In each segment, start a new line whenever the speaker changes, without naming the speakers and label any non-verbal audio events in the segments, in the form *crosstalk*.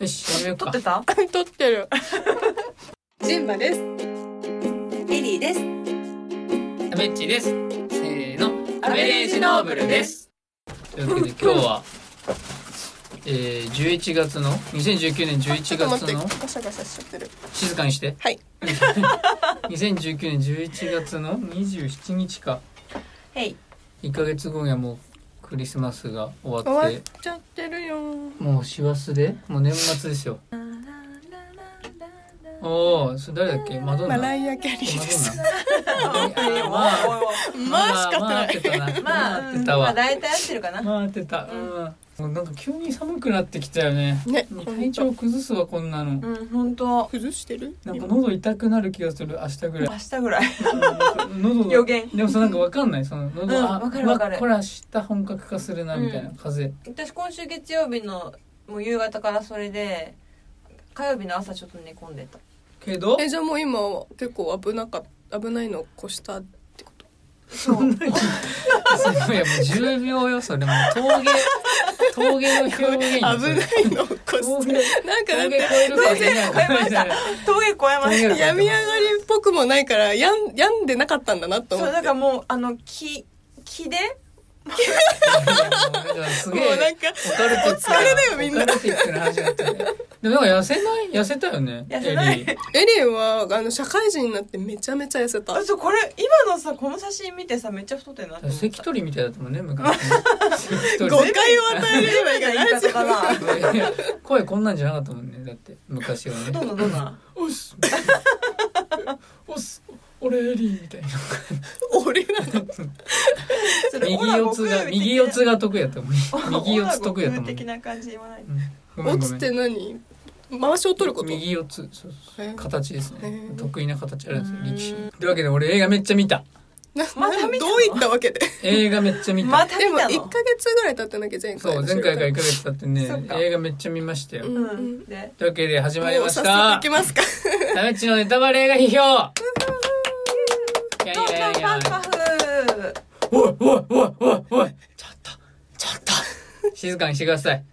よし、やめよう
撮
か
っ。
*laughs*
てた
撮ってる。
ジンバです。エリーです。
アベッチです。せーの、。
アベレージノーブルです
というわけで今日は、えー、11月の、2019年
ちょ
11
っと待
月
って、
の、
ガシャガシャしちゃってる。
静かにして。
はい。
2019年11月の27日か、
へい
1ヶ月後にはもうクリスマスが終
終
わっ
わ
て
っ、ちゃってるよ。
もう師走で、もう年末ですよ。おー、それ誰だっけマドンナ。
マライア・キャリーです。
マドンナ。あーまあ
まあしか
まあ合
っ
っててた
ない。
な。ま
ま
あ
あ、
合
う
っ
ん
てた
まあ
わ。
大体合ってるかな。
まあ合ってた。うん。もうなんか急に寒くなってきたよね。
ね、
もう
ほ
体
んと
調崩すわこんなの。
うん、本当。
崩してる
なんか喉痛くなる気がする明日ぐらい
明日ぐらい。
喉が
予言
でもそのなんかわかんないその喉、
うん
あ
わかるわかる
これ明日本格化するなみたいな、
うん
風邪
私今週月曜日のもう夕方からそれで、火曜日の朝ちょっと寝込んでた。
けど
え、じゃあもう今は結構危なかっ危ないの越したってこと
そう。
すごいもう10秒よそれもう
*laughs*
峠峠の表現
危
よ
な
それ
いの越し
峠
た。なんかだっ
峠
て
越えるか
峠越えました峠越えました。
病み上がりっぽくもないから、やん、病んでなかったんだなと
そ
思
う、
っ
だ
て。
からもう、あの、木、木で
いやすげえ
もうなんか、
オカルティックな
疲れだよみんな
オカルティックな話だったねでもなんか痩せない痩せたよね
痩せない
エリー
エリンは、あの、社会人になってめちゃめちゃ痩せた。
あ、そう、これ、今のさ、この写真見てさ、めっちゃ太ってんなって思った。
関取みたいだったもんね昔関
誤
取
解を与えるような
言い
ラジ
方
オ
かな。
*laughs* 声こんなんじゃなかったもんねだって昔はね
どんなど *laughs* んな。
「おっす」「おっす」「俺エリー」み
*laughs*
たいな
俺なの
右四つが右四つが得意や
*laughs*
ったもん右四つ得意やったもん
的な感じ言わない。
うんごめ
お
んご
つ
めん
って何回しを取ること
右四つそうそう
へー
形ですね
へー
得意な形あるんですよ力士
う
というわけで俺映画めっちゃ見た
な
ま
な
た見た
ど
の
ういったわけで
映画めっちゃ見た
また
でも
見た
1
の
ヶ。月ぐらい経ってなきゃ前回
そう
の
前
収録
回から1ヶ月経ってね
そっか
映画めっちゃ見ましたよ
う
うんん。で、
というわけで始まり
も
ま
う
し
早
た
速いきますか
ダメッチのネタバレ映画批評いやい
パ
やいやい
フパ
や
フパフ。
おいおいおいおいおいちょっとちょっと静かにしてください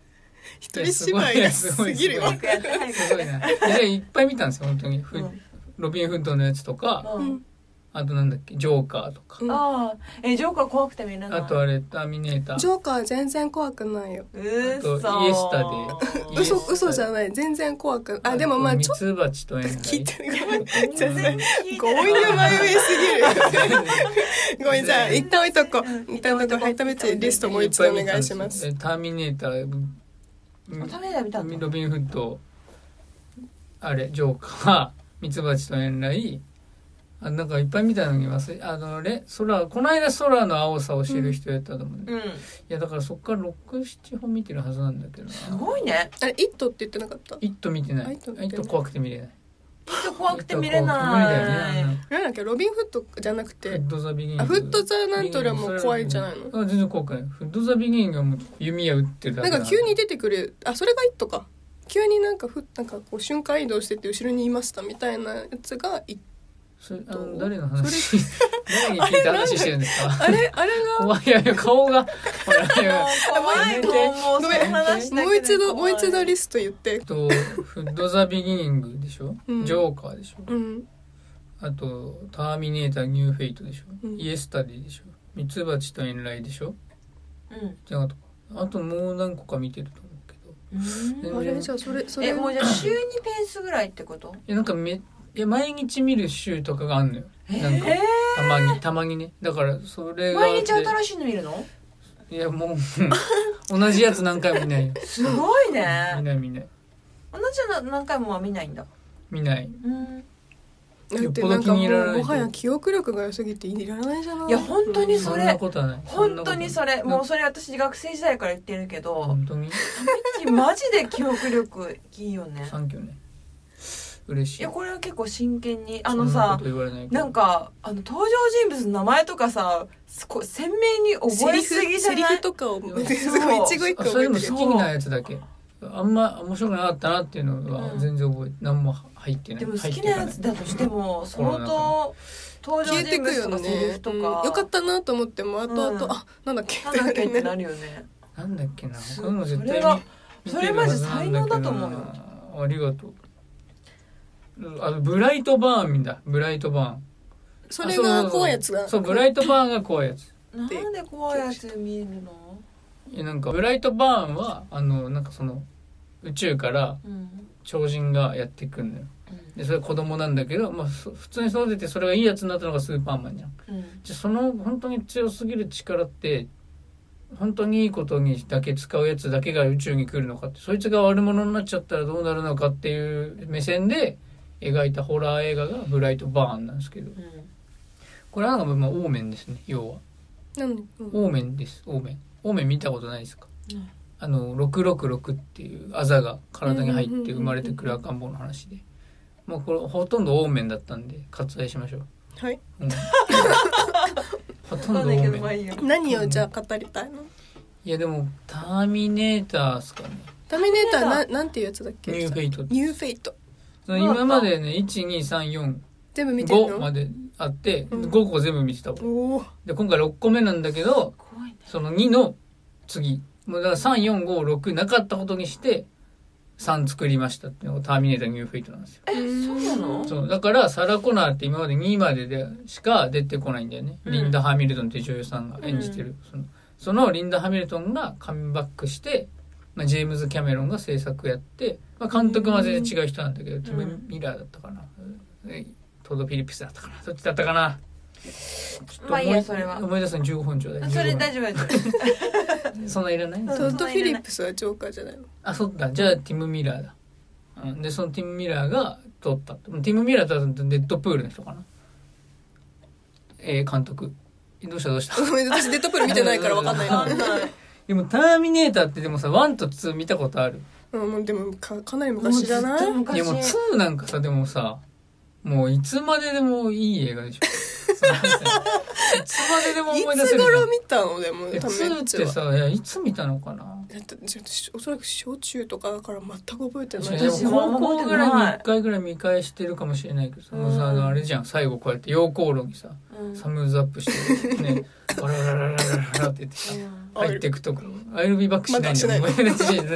一人芝居がすぎるよ
いや
早くやって早く
すごいなでいっぱい見たんですよ本当に、ふ
うん
ロビン・フッドのやつとか
うん。
あとなんだっけジョーカーとか
うん
ああ、えジョーカー怖くて見れない。
あとあれターミネータ
ジ
ー
ョーカー全然怖くないよ
うー
あと
そ
イエスタでイエス
嘘嘘じゃない全然怖くあでもまあちょっ
ミツバチと縁
と
が
聞いてご *laughs* めん
全然
強引に前上すぎるよごめんじゃあ一旦置いとこ
うん
一旦置いとこはい食べてリストもう一度お願いします
えターミネーターうん
ためだ見たの
ロビン・フッドあれジョーカー *laughs* ミツバチと遠雷あなんかいっぱい見たのに忘れあのれ空この間空の青さを知る人やったと思う、ねい
うん。
やだからそっから67本見てるはずなんだけど
す
な
ごいね。
あれ「イット!」って言ってなかった
「イット!」見てない「
あ
イ
イ
ッ
ッ
ト!
ト!」見てない
怖くて見れない
きっと怖くて見れない。
なんだっけロビン・フットじゃなく
フ
て
ッド・ザ・ビギニング
あフッドザなんとよりはもう怖いんじゃないの
あ全然怖くないフッド・ザ・ビギニングはもう弓矢打ってるだ
な
け
んか急に出てくるあそれが「イット!」か急になんかふなんかこう瞬間移動してて後ろにいましたみたいなやつが「イット!」
それあの誰
*laughs*
の話誰に聞いた話してるんですか
あれあれが
怖いいやいや顔がほらいや
怖いと思う。その話だけで
もう一度も
怖
う
い
一度リスト言って
えっと「フッド・ザ・ビギニング」でしょ、
うん
ジョーカー」でしょ
うん
あと「ターミネーター・ニュー・フェイト」でしょ、
うん
イエスタディ」でしょ「ミツバチと遠雷」でしょ
うん
じゃあとあともう何個か見てると思うけど
うん。
あれじゃあそれそれ
えもうじゃあ週2ペースぐらいってこと
いやなんかめいや毎日見る週とかがあんのよなんか
え
たまにたまにねだからそれ
ー
があって
毎日新しいの見るの
いやもう同じやつ何回も見ないよ
すごい
見
ね
ない見ない
同じの何回もは見ないんだ
見ない
うん
だって
よ
な
っぽど
んか
気に
も
入らないうと
もはや記憶力が良すぎていらないじゃない
いや本当にそ
そん
れ
なことはない
本当にそれもう
そ
それ私学生時代から言ってるけ
んな
ど
本当に
マジで記憶力いいよね
三挙ね嬉しい
いやこれは結構真剣にあ
そ
の
んなこ
さ
と言われないけど
なんかあの登場人物の名前とかさすごい鮮明に
セ
覚え
リ
す
フ
ぎじ
セ
ゃ
リ
な
フ
い
とかを
そう
すごい一語一
あ
句
それでも
覚えて
好
る
きなやつだけあんま面白くなかったなっていうのは
うん
全然覚えて何も入ってない
でも好
入っ
き
て
なや
ない
つだとしても
心の中に
消
相当登場
えて
人
く
物
よ
とかセリ
ね
フとか、
よかったなと思っても後々、
うん
あなんだっけ
なんだっけってな
ね
るよね。
なんだっけな
そ
こういうの絶
そ
対
れが
見
それマジ才能だと思うよ
見てるはずなんだけどなありがとううんあのブライトバーンだブライトバ
それが怖いやつ
ー
が
ンそうブライトバーンが怖いやつ
なんで怖いやつ見えるの
いやなんかブライトバーンはあのなんかその宇宙から
うん
超人がやってくんだよ
う
でそれ子供なんだけど、まあ、そ普通に育ててそれがいいやつになったのがスーパーマンじゃん
んうん
じゃあその本当に強すぎる力って本当にいいことにだけ使うやつだけが宇宙に来るのかってそいつが悪者になっちゃったらどうなるのかっていう目線で描いたホラー映画が「ブライト・バーン」なんですけど
うん
これはなんかまあオーメンですね要は
なんでうん
オーメンですオーメンオーメン見たことないですか
うん
あの666っていうあざが体に入っ
うんうんうんう
て
ん
生まれてくる赤ん坊の話でもうこれほとんどオーメンだったんで割愛しましょう、
はい
うん *laughs* ほとんどオ
わかんないけ
ー
どまあ
メン
いいよ
何をじゃあ語りたいの
いやでも「ターミネーター」ですかね
ターミネーター
ターミネ
な
ー
なんていうやつだっ
「
け
ニューフェイト」
ニューフェイト
その今までね12345
全部見てる
ま
の
であって
うん
5個全部見てたわ
おお
で今回6個目なんだけど
怖いね
その2の次もうだから3456なかったことにして3作りましたっていうのが「ターミネーターニューフェイト」なんですよ
えそうなの
そうだからサラ・コナーって今まで2まででしか出てこないんだよね、
うん
リンダ・ハミルトンっていう女優さんが演じてる、そのそのリンダ・ハミルトンがカムバックして、まあ、ジェームズ・キャメロンが制作やって、まあ、監督は全然違う人なんだけど、ティム・ミラーだったかな、えトド・フィリップスだったかなどっちだったかなちょっと
まあ
思
いいやそれは
思い出すの15分ちょうだい
それ
15分
大丈夫大丈
そんないらない
そ
ト
う
ッド・フィリップスはジョーカーじゃないの
あそっかじゃあティム・ミラーだ、うん、でそのティム・ミラーが撮ったティム・ミラーとデッドプールの人かなえー、監督どうしたどうした
*laughs* ごめん私デッドプール見てないから分かんない
夫
な
わかんない
でも「ターミネーター」ってでもさ1と2見たことある
うんもうでもかかなり *laughs* 昔じゃない
もうずっ昔
いやもう2なんかさでもさもういつまででもいい映画
*laughs*
でしょすいませんいつまででも思い
い
出せ
つ
る
頃見たのでも
じゃんえ
タメ
2
ッ
っ
チ
て
は
さいやいつ見たのかな
だってちょっとしおそらく小中とかだから全く覚えてない
私は
高校ぐらいに1回ぐらい見返してるかもしれないけどさもうさ
うん
あれじゃん最後こうやって陽光炉にさ
うん
サムズアップして *laughs* ね「バラララララララ」って言ってさ入っていくとこ「アイルビーバックしないんだよ」
ま
もう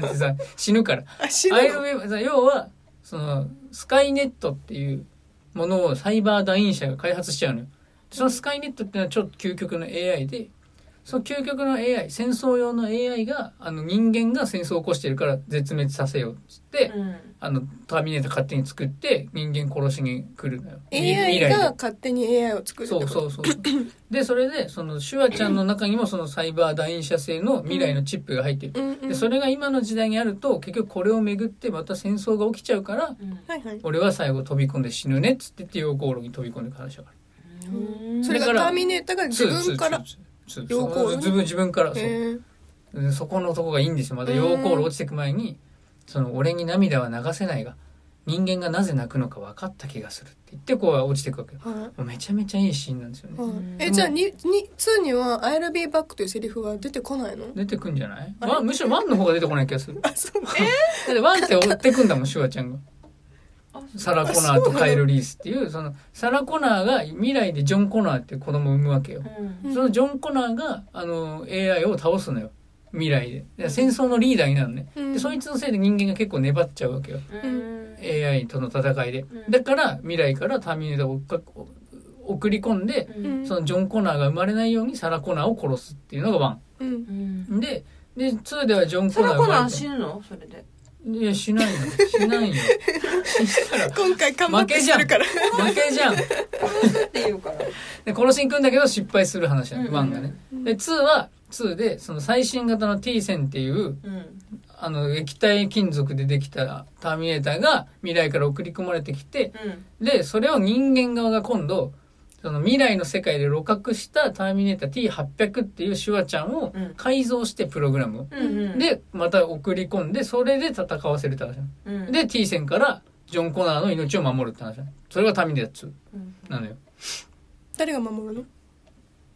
だってさ死ぬから
あ
「
死
アイ
ぬ
ル
の
ビーバック」要はそのスカイネットっていうものをサイバーダイン社が開発しちゃうのよそのスカイネットっていうのはちょっと究極の AI でその究極の AI 戦争用の AI があの人間が戦争を起こしてるから絶滅させようっつって、
うん
あのターミネーター勝手に作って人間殺しに来るのよ
AI
未来で
が勝手に AI を作るって
そ
こと
うそう
*laughs*
そうでそれでそのシュワちゃんの中にもそのサイバー代因社製の未来のチップが入ってる、
うんうん
でそれが今の時代にあると結局これをめぐってまた戦争が起きちゃうから
うん
はいはい
俺は最後飛び込んで死ぬねっつってって陽光炉に飛び込んでいく話だから
うん
それがターミネーターが自分から
ツーツーツーツー
陽光炉に
自分自分からそう
へー
でそこのとこがいいんですよまた陽光炉落ちてく前に「その俺に涙は流せないが人間がなぜ泣くのか分かった気がする」って言ってこう落ちてくわけよ
はい
もうめちゃめちゃいいシーンなんですよね
はい
で
え
も
じゃあにに2には「I'll be back」というセリフは出てこないの
出てくんじゃない
あれ
わむしろワンの方が出てこない気がするだ
あそう
ってワンって追ってくんだもんシュワちゃんが
あ
サラ・コナーとカイル・リースっていうそのサラ・コナーが未来でジョン・コナーっていう子供を産むわけよ
う
う
ん
ん
そのジョン・コナーがあの AI を倒すのよ未来でで戦争のリーダーになるのね
うん
でそいつのせいで人間が結構粘っちゃうわけよ
う
AI との戦いで、
うん
だから未来からターミネーターを追っか送り込んで、
ん
そのジョン・コナーが生まれないようにサラ・コナーを殺すっていうのが
うん
う
1
ん
でで2ではジョン・
そ
コ
れ
ナー
コナ
が
ン死ぬのそれで
いやしないよしないよ死したら
今回頑張ってしてるから
負けじゃんで
っていうから
殺しに行くんだけど失敗する話なの、
うん
1がねで2は2でその最新型の T 線っていう
うん
あの液体金属でできたターミネーターが未来から送り込まれてきて
うん
でそれを人間側が今度その未来の世界で露覚したターミネーター T800 っていうシュワちゃんを
うん
改造してプログラムを、
うん
でまた送り込んでそれで戦わせるって話なの
うん
で T 線からジョン・コナーの命を守るって話なのそれがターミネーター
うん
2なのよ
誰が守るの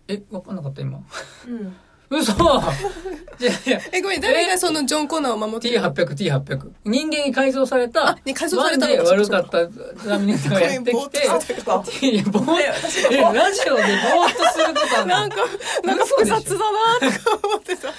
え分かんなかった今 *laughs*
うん
嘘じゃあいや
えごめん誰がそのジョン・コナーを守ってる
T800T800 人間に改造され
あ
た
ね改造さ
マ
れ
ン
たの
で
か
悪かったラミネートがやってき
これ
て
ぼーっ
あ
と
そっか
いやぼー
で私が
えラジオでぼーっとすることは
な
なんい
かなんか複雑だなとか思ってさ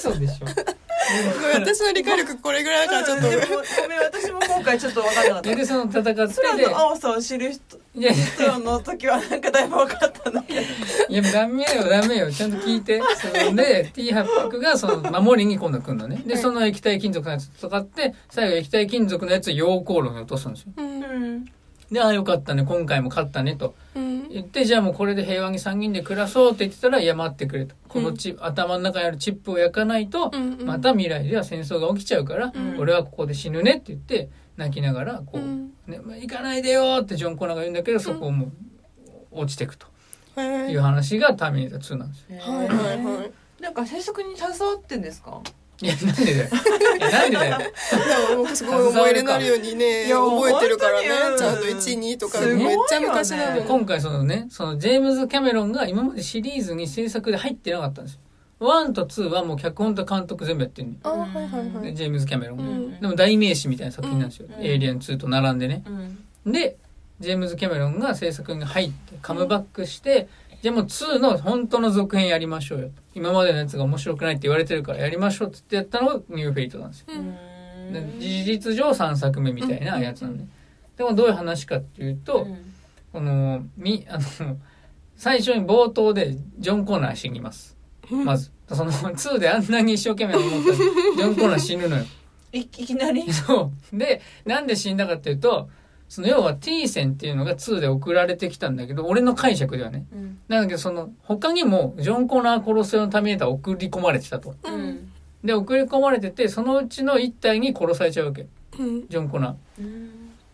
嘘でしょ
ごめん私の理解力これぐらいだからちょっと
うんでもごめん私も今回ちょっと分かんなかった
ででその戦って
空
で
の青さを知る人
いやい
人の時はなんかだいぶ分かったんだけど
やいやダメよダメよちゃんと聞いてそんで T800 がその守りに今度来るのねで
はい
その液体金属のやつと戦って最後液体金属のやつを溶鉱炉に落とすんですよ
うん
でああよかったね今回も勝ったねと
うん
言ってじゃあもうこれで平和に3人で暮らそうって言ってたらいや待ってくれとこのチ、頭の中にあるチップを焼かないと、
うんうん
また未来では戦争が起きちゃうから、
うん
俺はここで死ぬねって言って泣きながらこう、
うん
ねまあ行かないでよってジョン・コナーが言うんだけどそこをもう落ちてくと
へー
いう話が「ターミネーター2」なんですよ。
はいはいはい
なんか制作に携わってんですか
いやなんでだよ。いやなんでだよ。
でもすごい思い入れのあるようにね
いや
覚えてるからね
本当に
ちゃんと1位2位とか
すごいよ
め
ね
っちゃ昔なの
で
に
今回そのねそのジェームズ・キャメロンが今までシリーズに制作で入ってなかったんですよ。1と2はもう脚本と監督全部やってるの
あはいはいは
ね
い
ジェームズ・キャメロンが。
ん
でも代名詞みたいな作品なんですよ。
うん
エイリアン2と並んでね。
うん
で、ジェームズ・キャメロンが制作に入って、カムバックして、じゃあもう2の本当の続編やりましょうよ。今までのやつが面白くないって言われてるからやりましょうって言ってやったのがニューフェイトなんですよ。
うん
で事実上3作目みたいなやつなのね。でもどういう話かっていうと、
うん
この、み、あの、最初に冒頭でジョン・コナー死にます。
うん
まず。その2であんなに一生懸命思ったのにジョン・コナー死ぬのよ。
いいきな
*laughs*
り
そう。で、なんで死んだかっていうと、その要は T 線っていうのが2で送られてきたんだけど、俺の解釈ではね。
うん
なんだけど、その、他にも、ジョン・コナー殺すようなターミネーター送り込まれてたと。
う
うん
ん
で、送り込まれてて、そのうちの1体に殺されちゃうわけ。
うん
ジョン・コナー。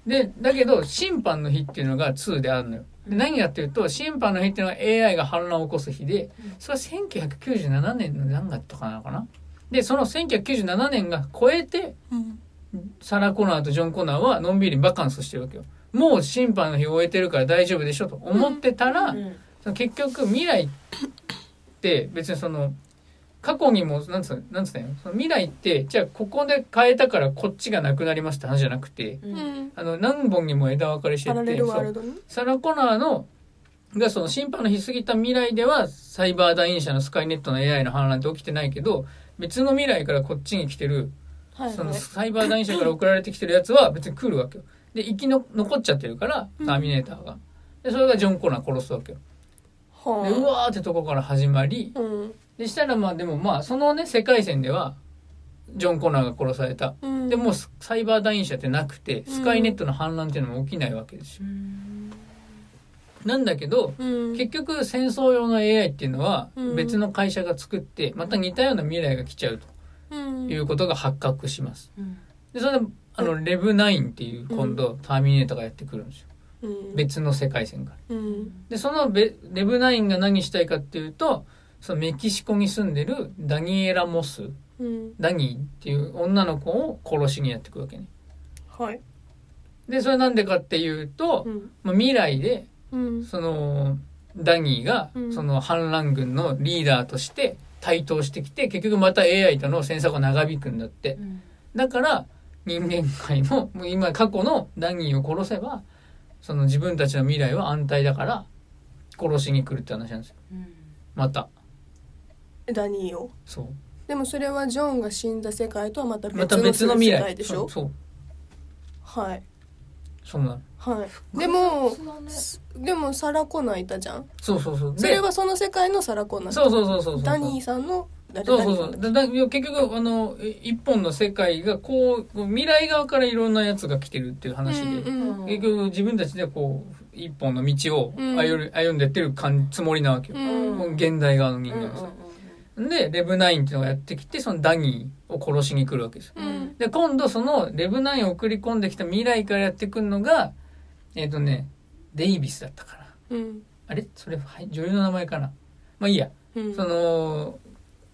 で、だけど、審判の日っていうのが2であるのよ。で何かっていうと、審判の日っていうのは AI が反乱を起こす日で
うん、
それは1997年の何月とかなのかな。で、その1997年が超えて、
うん
サラ・コナーとジョン・コナーはのんびりバカンスしてるわけよ。もう審判の日を終えてるから大丈夫でしょと思ってたら、
うん
その結局未来って別にその過去にもなんつうなんつったんやその未来ってじゃあここで変えたからこっちがなくなりますって話じゃなくて
う
うんん
あの何本にも枝分かれして
パラレ
て
ルワー
そ
ル
う
ドに
サラ・コナーのがその審判の日過ぎた未来ではサイバーダイン社のスカイネットの AI の反乱って起きてないけど別の未来からこっちに来てる
はい
そ
は
の
い
サイバー男社から送られてきてるやつは別に来るわけよ。で、生きの残っちゃってるから、
うん
ターミネーターが。で、それがジョン・コナー殺すわけよ。
は
で、
あ
うわーってとこから始まり、
うん
でしたらまあでもまあ、そのね、世界線では、ジョン・コナーが殺された。
うん
で、もうスサイバー男社ってなくて、スカイネットの反乱っていうのも起きないわけですよ。なんだけど、
うん
結局戦争用の AI っていうのは
うん
別の会社が作って、また似たような未来が来ちゃうと
うん
いうことが発覚します。
うん
でそれであのレブナインっていう今度ターミネーターがやってくるんですよ
うん
別の世界線から
うん
でそのベレブナインが何したいかっていうとそのメキシコに住んでるダニエラ・モス
うん
ダニーっていう女の子を殺しにやってくるわけね
はい
でそれなんでかっていうと、
うん
まあ、未来で
うん
そのダニーが
うん
その反乱軍のリーダーとして台頭してきて結局また AI との戦争が長引くんだって
うん
だから人間界のもう今過去のダニーを殺せばその自分たちの未来は安泰だから殺しに来るって話なんですよ
うん
また
ダニーを
そう
でもそれはジョンが死んだ世界とはまた
また
別の
別の未
世
来
界でしょ
そう
はい
そうそうなの
はいでも
そうだね
でもサラコナーいたじゃん
そうそうそうで
それはその世界のサラコナー
そうそうそうそうそう
ダニーさんの誰
そう
々
そうそうだだ結局あのい一本の世界がこう未来側からいろんなやつが来てるっていう話で、
うんうん
結局自分たちでこう一本の道を歩,、歩んでってる感つもりなわけよ、
うん
もう現代側の人
うん
間
うん
は
う
さ、
ん
で、レブナインっていうのがやってきて、そのダニーを殺しに来るわけですよ。
うん
で、今度そのレブナインを送り込んできた未来からやってくるのが、えっ、とね、デイビスだったかな。
うん
あれそれ、はい、女優の名前かな。まあいいや。
うん
その、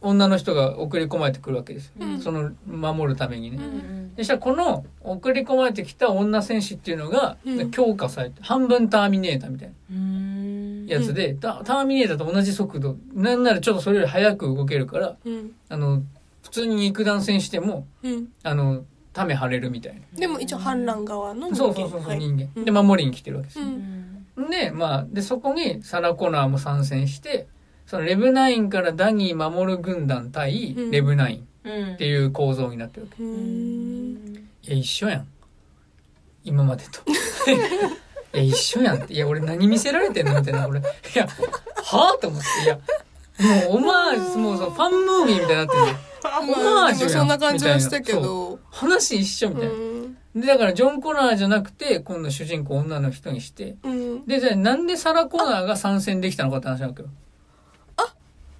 女の人が送り込まれてくるわけですよ。
うん
その、守るために
うん
ね。
うん
そしたらこの送り込まれてきた女戦士っていうのが
うん
強化されて、半分ターミネーターみたいな。
うん
やつで、タターミネーターと同じ速度なんならちょっとそれより速く動けるから
うん
あの普通に肉弾戦しても
うん
あのため張れるみたいな、
でも一応反乱側の
そうそうそうそう、
はい
人間で
うん
守りに来てるわけです
う
よ、
ん
でまあでそこにサラ・コナーも参戦してそのレブナインからダニー守る軍団対
うん
レブナイン
うん
っていう構造になってるわ
う
うんん
けいや一緒やん今までと *laughs* いや一緒やんっていや俺何見せられてんのみたいな俺いやはあと思っていやもうオマージュもうそのファンムービーみたいになってる
ま
マ
あ
ージュ
で
やん
もそんな感じはしたけど
話一緒み
う
たいな、
ん
でだからジョン・コナーじゃなくて今度主人公女の人にして
うん
でじゃあなんでサラ・コナーが参戦できたのかって話なんだけど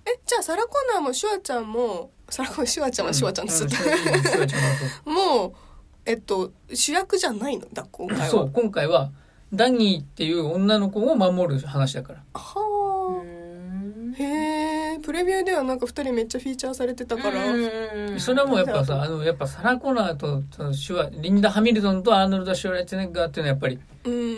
えじゃあサラコナーもシュワちゃんもサラコナーシュワちゃんはシュワちゃんっつっ
う
た *laughs*
うんシュワちゃんはそう
もうえっと主役じゃないのだ今回は
そう今回はダニーっていう女の子を守る話だから
は
うん
あへえプレビューではなんか二人めっちゃフィーチャーされてたから
う
う
んうんうん
それはもうやっぱ
そう
さあのやっぱサラ・コナーとそのシュワリンダ・ハミルトンとアーノルド・シュワレッツェネッガーっていうのはやっぱり
ん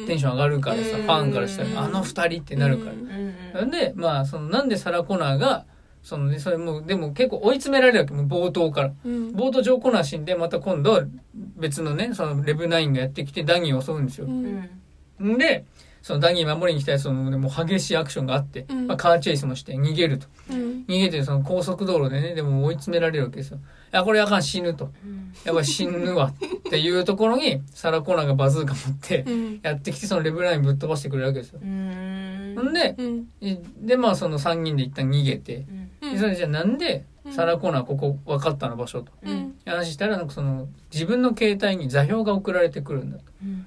テンション上がるからさ、
うん
ファンからした
うん
らあの二人ってなるから、
うん
うん
な
うん
んでまあそのなんでサラ・コナーがそのねそれもうでも結構追い詰められるわけもう冒頭から
うん
冒頭上コナー死んでまた今度別のねそのレブナインがやってきてダニーを襲うんですよ
う、
うんん
ん、でそのダニー守りに来たやつのもう激しいアクションがあって、
うん
まあ、カーチェイスもして逃げると
うん
逃げてその高速道路でねでも追い詰められるわけですよいやこれあかん死ぬと
うん
やばい死ぬわっていうところに *laughs* サラ・コナーがバズーカ持って
うん
やってきてそのレブラインぶっ飛ばしてくれるわけですよ
うん
んで
うん
でまあその3人で一旦逃げて
うん
う
でそれじゃあなんでサラ・コナーここ分かったの場所と
うん
話したらなんかその自分の携帯に座標が送られてくるんだ
うん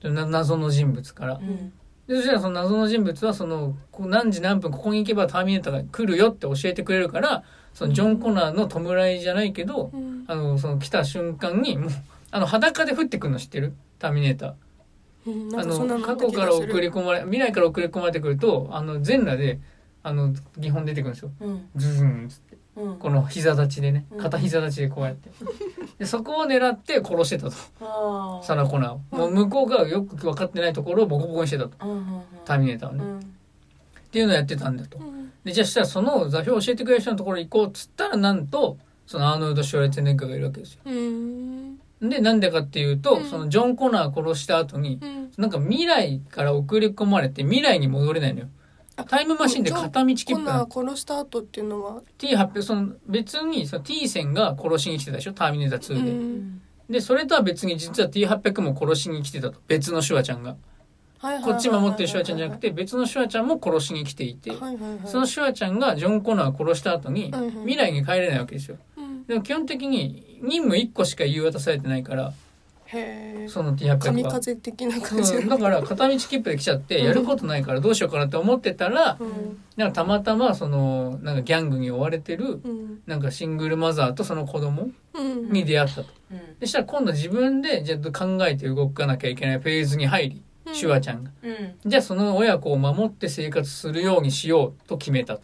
とな謎の人物から
うん
でそしたらその謎の人物はそのこう何時何分ここに行けばターミネーターが来るよって教えてくれるからそのジョン・コナーの弔いじゃないけど、
うん
あの、その来た瞬間に、もう、あの、裸で降ってくるの知ってるターミネータ
うん
ー。
な
あ
んかそんな
の、
のあ
過
った
去
気
か
が
ら
す
送
る
り込まれ、未来から送り込まれてくると、あの、全裸で、あの、基本出てくるんですよ。
うん
ズズンっつって。
うん
この膝立ちでね
うん。
片膝立ちでこうやって。で、そこを狙って殺してたと。
あー
サラコナーを。もう向こうがよく分かってないところをボコボコにしてたと。
うんうん
ターミネーターをね。っていうのをやってたんだと
う。ん
で、じゃあそしたらその座標を教えてくれる人のところに行こうっつったら、なんと、そのアーノルド・シュワレッツェネッガーがいるわけですよ
うん
で、なんでかっていうと、
うん
そのジョン・コナー殺した後に、
うん
なんか未来から送り込まれて未来に戻れないのよ
あ。
タイムマシンで片道切
コ
符な
ナ
の
ー殺した後っていうのは
T800、その別にその T 線が殺しに来てたでしょターミネーター
う
2で。
うんん
で、それとは別に実は T800 も殺しに来てたと。別のシュワちゃんが。
はいはいはいはい
*laughs* こっち守ってるシュワちゃんじゃなくて、別のシュワちゃんも殺しに来ていて、
はいはいはい
そのシュワちゃんがジョン・コナーを殺した後に
うんうん、
未来に帰れないわけですよ。
うん
でも基本的に任務1個しか言い渡されてないから、
へえ
その T800
神
は。
風的な感じ
うん、だから片道切符で来ちゃってやることないからどうしようかなって思ってたら
うん
なんかたまたまそのなんかギャングに追われてる
うん
なんかシングルマザーとその子供
うん
に出会ったと。
うん
でしたら今度自分でじゃあ考えて動かなきゃいけないフェーズに入り、シュワちゃんが。
うん
じゃあその親子を守って生活するようにしようと決めたと。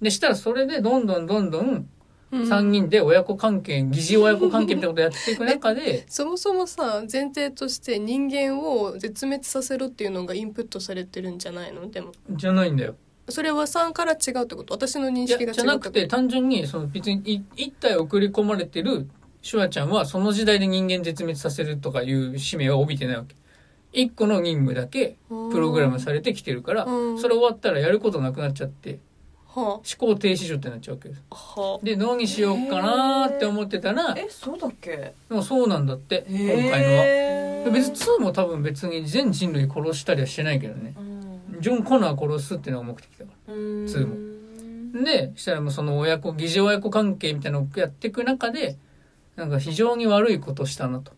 でしたらそれでどんどんどんどん
うん、
3人で親子関係、疑似親子関係みたいなことやっていく中で
そもそもさ前提として人間を絶滅させろっていうのがインプットされてるんじゃないのでも
*laughs* じゃないんだよ。
それは3から違うってこと私の
い
認
や
識が違う
じゃなくて単純にその別にい一体送り込まれてるシュワちゃんはその時代で人間絶滅させるとかいう使命は帯びてないわけ一個の任務だけプ
プ
ログラムされてきてるから
うん
それ終わったらやることなくなっちゃって
は
思考停止症ってなっちゃうわけです
あは
で何しようかなーって思ってたらで
えそうだっけ
もそうなんだって今回のは
へー
別に2も多分別に全人類殺したりはしてないけどね
うん
ジョン・コナー殺すっていうのが目的だから
うん
ツーでしたらもうその親子疑似親子関係みたいなのをやっていく中でなんか非常に悪いことしたなと、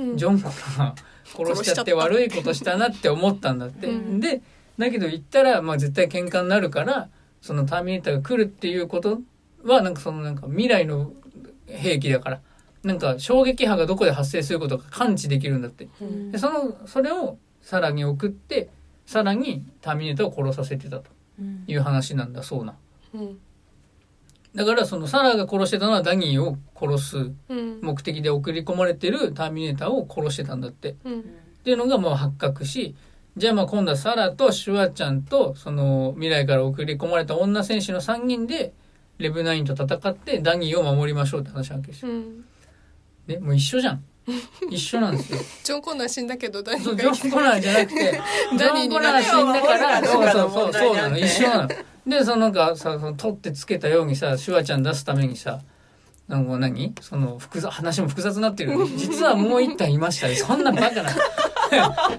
あうん
ジョンコナー殺しちゃって悪いことしたなって思ったんだって、
うん
でだけど言ったらまあ絶対喧嘩になるからそのターミネーターが来るっていうことはなんかそのなんか未来の兵器だからなんか衝撃波がどこで発生することが感知できるんだって
うん
でそのそれをさらに送ってさらにターミネーターを殺させてたと
うん
いう話なんだそうな。
うん
だからそのサラが殺してたのはダニーを殺す
うん
目的で送り込まれてるターミネーターを殺してたんだってっ
うん
ていうのがまあ発覚しじゃあまあ今度はサラとシュワちゃんとその未来から送り込まれた女戦士の3人でレブナインと戦ってダニーを守りましょうって話なわけですよ。
うん
ね、もう一緒じゃ
*laughs*
ん。一緒なんですよ。
ジョン・コナー死んだけど誰
そう
が
ジョン・コナーじゃなくて、 *laughs* ジョン・コナー死んだから、
ジョ
そうそ
ンコナー
う
の
そう、そ
問題
う
じ
な
ゃん
の、一緒なの。で、そのなんかさ、その取ってつけたようにさ、シュワちゃん出すためにさ、なんか何その複雑、話も複雑になってる。実はもう一体いましたね。そんなバカな。 *laughs*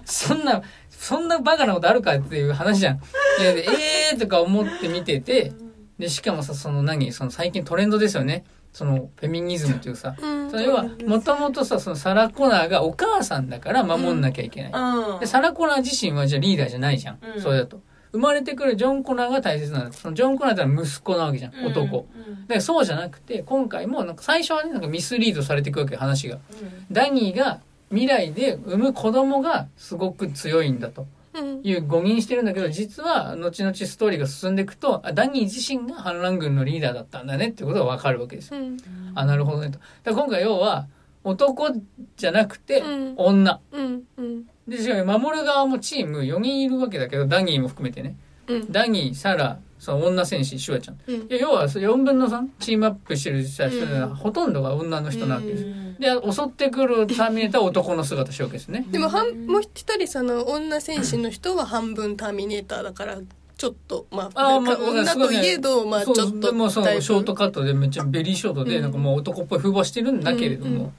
そんな、そんなバカなことあるかっていう話じゃん。いやで、えーとか思って見てて、で、しかもさ、その何その最近トレンドですよね。そのフェミニズムっていうさ。
うん
それはもともとさそのサラ・コナーがお母さんだから守んなきゃいけない、
うん
でサラ・コナー自身はじゃあリーダーじゃないじゃん、
うん
それだと生まれてくるジョン・コナーが大切なんだそのジョン・コナーってのは息子なわけじゃん男、
うん
でそうじゃなくて今回もなんか最初はねなんかミスリードされていくわけよ話が
うん
ダニーが未来で産む子供がすごく強いんだと
うん
いう誤認してるんだけど実は後々ストーリーが進んでいくとあダニー自身が反乱軍のリーダーだったんだねってことが分かるわけですよ
うん
あなるほどねと。だから今回要は男じゃなくて
うん
女。
うんうん
でしかも守る側もチーム4人いるわけだけどダニーも含めてね
うん
ダニーサラその女戦士シュワちゃんい
うん
や要は4分の3チームアップしてる人
うん
はほとんどが女の人なわけです、
うん
で襲ってくるターミネーターは男の姿してるわけですね
でも半もう一人その女戦士の人は半分ターミネーターだからちょっとまあ
あー
なんか
まあわか
女
るすご
と
いね
いえどまあち
そ
ょっ
うで
と
もそ
だい
の
ぶ
ショートカットでめっちゃベリーショートで、
うん
なんかもう男っぽい風貌してるんだけれども、
うんう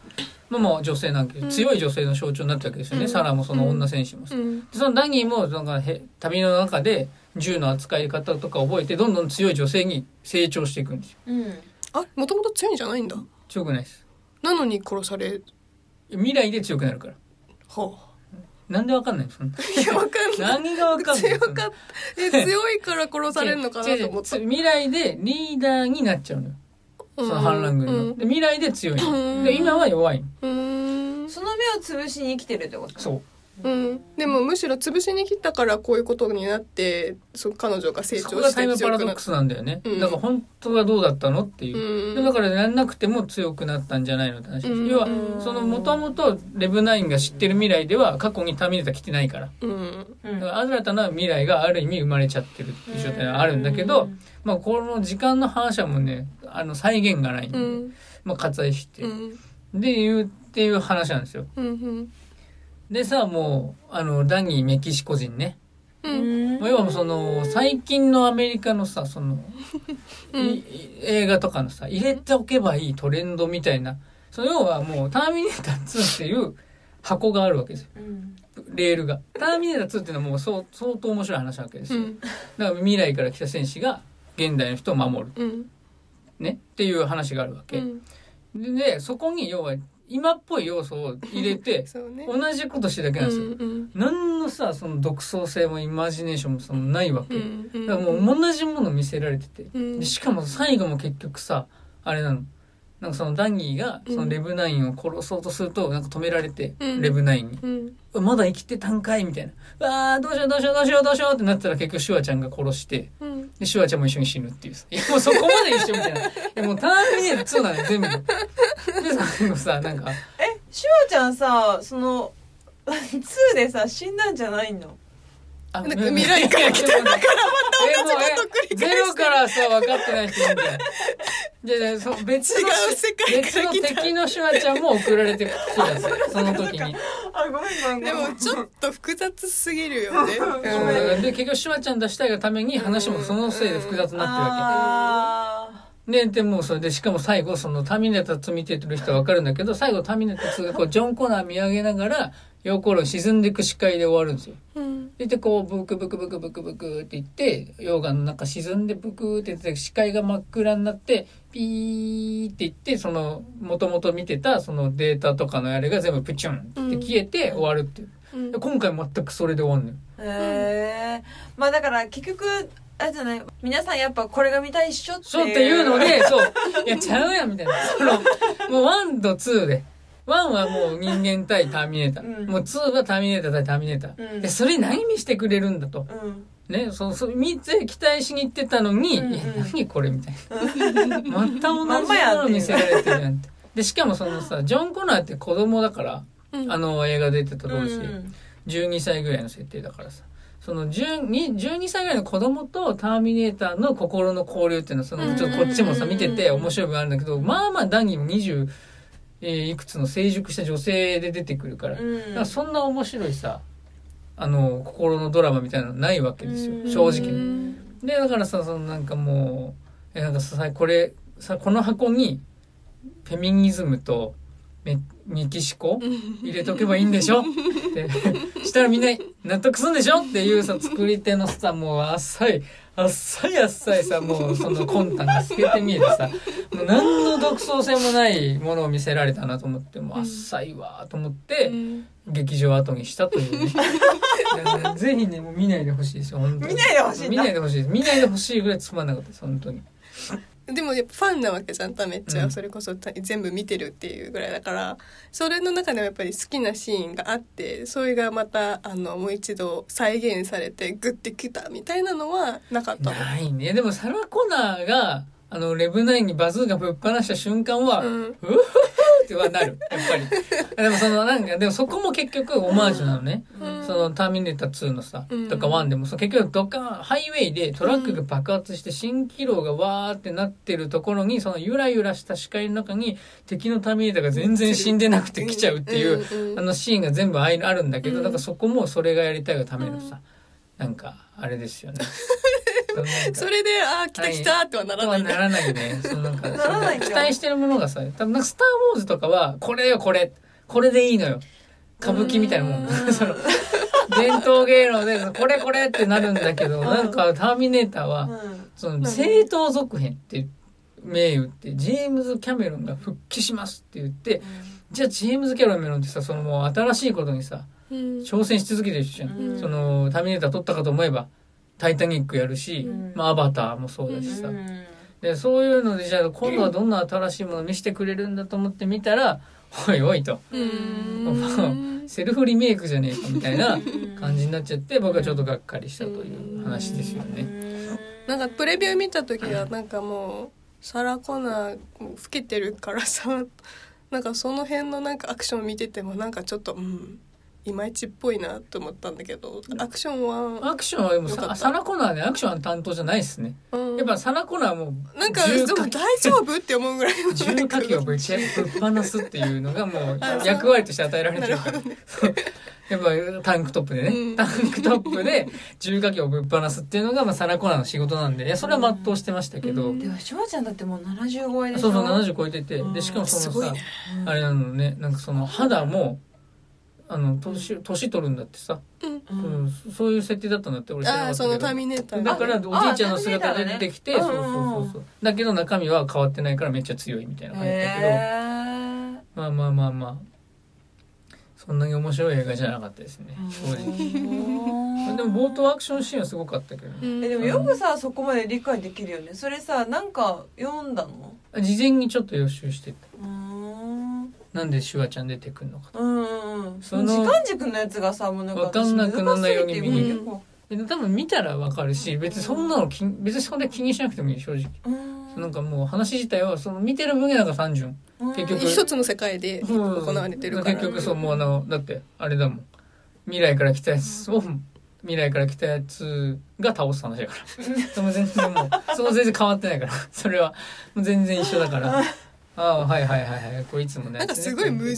まあまあ女性なんけど強い女性の象徴になったわけですよね、
うん
サラもその女戦士もさ
うん
でそのダニーもなんかへ旅の中で銃の扱い方とか覚えてどんどん強い女性に成長していくんですよ
うん
あもともと強いんじゃないんだ
強くないです
なのに殺され
未来で強くなるから
は
なんでわかんないのそ
*laughs*
んない
やわかんない
何がわかんない
強かったえ強いから殺されるのかな
*laughs*
と思った
違う違う未来でリーダーになっちゃうのよその反乱軍の、
うん
で未来で強いの、
うん
で今は弱いの
うん
その目を潰しに生きてるってこと
そう
うん、でもむしろ潰しに切ったからこういうことになってそう彼女が成
そこ
長
が
し
タイ
て
ムパ
強
ラ
く
ド
な
ッ
っ
クスなんだよね、
うん
だから本当はどうだったのっていうう、
ん
でだからやんなくても強くなったんじゃないのって話です、
うん
要は
うん
そのもともとレブナインが知ってる未来では過去にターミネーター来てないから
うん
うん
だから新たな未来がある意味生まれちゃってるっていう状態があるんだけど、
うん
まあ、この時間の話はもうねあの再現がないん
う
で、
ん
まあ、割愛して、
うん
で言うっていう話なんですよ
うん
でさもうあのダニーメキシコ人ね、
うん
まあ、要はその最近のアメリカのさその、
うん
いい映画とかのさ入れておけばいいトレンドみたいなその要はもう「ターミネーター2」っていう箱があるわけですよ
うん
レールが。ターミネーター2っていうのはもうそう相当面白い話なわけです
う
よ。
ん
だから未来から来た戦士が現代の人を守る
うん
ねっていう話があるわ
う
け、
ん
でそこに要は今っぽい要素を入れて
そうね
同じことしてるだけ
う
なん
ん
ですよ、
うん
何のさその独創性もイマジネーションもそのないわけ、
うんうん
だからもう同じもの見せられてて、
うん
でしかも最後も結局さあれなのなんかそのダニーがそのレブナインを殺そうとするとなんか止められて、
うん
レブナインに
うん
「まだ生きてたんかい」みたいな「わあどうしようどうしようどうしようどうしよう」ってなったら結局シュワちゃんが殺して
うん
で、シュワちゃんも一緒に死ぬっていうさ。いや、もうそこまで一緒みたいな。いや、もうターミネーター2なのよ、全部。で、最後さ、なんか、
シュワちゃんさその *laughs* 2でさ死んだんじゃないの
あ
なんか未来から来
たんだから、
また同じこと繰り返して
ゼロからさ、分かってない人いるんだよ。じゃあじゃあそう別の
違う世界
別
から
の
来た
敵のシュワちゃんも送られてきたんですよその時に。
あごめんごめん
でもちょっと複雑すぎるよね
そうだからで、結局シュワちゃん出したいがために話もそのせいで複雑になってるわ
あ
け。で、でもうそれで、しかも最後、そのターミネーター2見てる人は分かるんだけど、最後ターミネーター2がこう、ジョン・コナー見上げながら、横路沈んでいく視界で終わるんですよ。
うん
でこうブクブクブクブクブクって言って溶岩の中沈んでブクって言って視界が真っ暗になってピーって言ってそのもともと見てたそのデータとかのあれが全部プチュンって消えて終わるっていう、
うん
で今回全くそれで終わんのよ
ーへえまあだから結局あれじゃない皆さんやっぱこれが見たいっしょっていう
そうっていうのでそういやちゃうやんみたいなそのもう1と2で1はもう人間対ターミネーター、
うん
もう2がターミネーター対ターミネーター、
うん
でそれ何見してくれるんだと
うん
ね、そう、そう、見て期待しに行ってたのに、
うんうん
いや、何これみたい
*laughs*
な。また
ま
同
ん
じ
まや
も
ん
の
っていう
見せられてるなんて。で、しかもそのさ、ジョン・コナーって子供だから、
うん
あの映画出てた
う
当時、
ん
ジ12歳ぐらいの設定だからさその12 12歳ぐらいの子供とターミネーターの心の交流っていうのはそのちょっとこっちもさ見てて面白い部分あるんだけどまあまあダニーも20、えーいくつの成熟した女性で出てくるから,、だからそんな面白いさあの心のドラマみたいなのないわけですよ正直に。でだからさそのなんかもうえなんかさこれさこの箱にフェミニズムとメメキシコ入れとけばいいんでしょってしたらみんな納得するんでしょっていうさ作り手のさもう浅い浅い浅いさもうその魂胆が透けて見えてさもう何の独創性もないものを見せられたなと思ってもう浅いわーと思って。劇場を後にしたという
*laughs*
ねいやぜひねもう見ないでほしいですよ本当に
見ないでほしいんだ
見ないでほしいです見ないでほしいぐらいつまんなかったです本当に
でもやっぱファンなわけじゃんためっちゃ、
うん
それこそた全部見てるっていうぐらいだからそれの中でもやっぱり好きなシーンがあってそれがまたあのもう一度再現されてグッてきたみたいなのはなかったの
ないねでもサラ・コナーがあのレブナインにバズーカぶっ放した瞬間は、う
うん
ふふふってはなるやっぱりでもそのなんかでもそこも結局オマージュなのね、
うん
そのターミネーター2のさ、
うん
とか1でもさ結局ドカーンハイウェイでトラックが爆発して蜃気楼がわーってなってるところにそのゆらゆらした視界の中に敵のターミネーターが全然死んでなくて来ちゃうっていう、
うんうん
あのシーンが全部あいあるんだけど、
うん
だからそこもそれがやりたいがためのさ、なんかあれです
*laughs*
よね。そのなんか
それでああ来た来たってはなら
と
な
はい
んだ
ならないね。そのなんか
ならないんだ
期待してるものがさ、多分なんかスター・ウォーズとかは、これよ、これ。これでいいのよ。歌舞伎みたいなもん。
うん
*laughs* その、伝統芸能で、これこれってなるんだけど、
うん
なんか、ターミネーターは、
う
その、正当続編って、名打って、ジェームズ・キャメロンが復帰しますって言って、じゃあジェームズ・キャメロンってさ、そのもう新しいことにさ、
うん
挑戦し続けてる人じゃん。
ん
その、ターミネーター撮ったかと思えば、タイタニックやるし、
うん
まあ、アバターもそうだしさ、
うん
でそういうのでじゃあ今度はどんな新しいものを見せてくれるんだと思って見たら「おいおい」と
う
うん「
ん
セルフリメイクじゃねえか」みたい
*laughs*
な感じになっちゃって僕はちょっとがっかりしたという話ですよね。
なんかプレビュー見た時はなんかもうサラ・コナーもう老けてるからさなんかその辺のなんかアクション見ててもなんかちょっとうんいまいちっぽいなと思ったんだけどアクションは、
アクションはでも
よかっ
さ
た
サラコナーねアクションは担当じゃないですね。
うん
やっぱサラコナーはもう
なんか
重
で
火
も
器
大丈夫って思うぐらいの
重火器をぶちぶっ放すっていうのがもう
*laughs* あそう
役割として与えられてるから
な
そうやっぱタンクトップでね、
うん
タンクトップで重火器をぶっ放すっていうのがまあサラコナーの仕事なんでいやそれは全うしてましたけど。
うん
でもしょうちゃんだってもう75超えでし
そ
ょ
うそう70超えてて
うん
でしかもそ
す
の
ご
さ、
いね
あれなのねなんかその肌もあの年年取るんだってさ、
う
うんんそそういう設定だったんだって俺知らな
あ
か
あ
っ
そ
た
の
け
ター
ど
ミネーター
だ
が
からおじいちゃんの姿で出てきて、
あ
そうそう
うん
そううんそうだけど中身は変わってないからめっちゃ強いみたいな感じだけど、
へー
まあまあまあまあそんなに面白い映画じゃなかったですね正直
うん
でも冒頭アクションシーンはすごかったけどね、
えでもよくさそこまで理解できるよねそれさなんか読んだの
事前にちょっと予習してた
うーん
なんでシュワちゃん出てくるのか
うんうんうん
その
時間軸のやつがさもうなんか
わかんなくならないように見
に
難しいっていうか
で多分見たらわかるし別にそんなの気に別にそんな気にしなくてもいい正直
うん
なんかもう話自体はその見てる分野だから単純
うん
結局
一つの世界で行われてるから
結局そうもうあのだってあれだもん未来から来たやつを未来から来たやつが倒す話だからその全然もうその全然変わってないからそれはもう全然一緒だ
*laughs*
からああはいはいはいはいこれいつもね
なんかすごい矛盾がで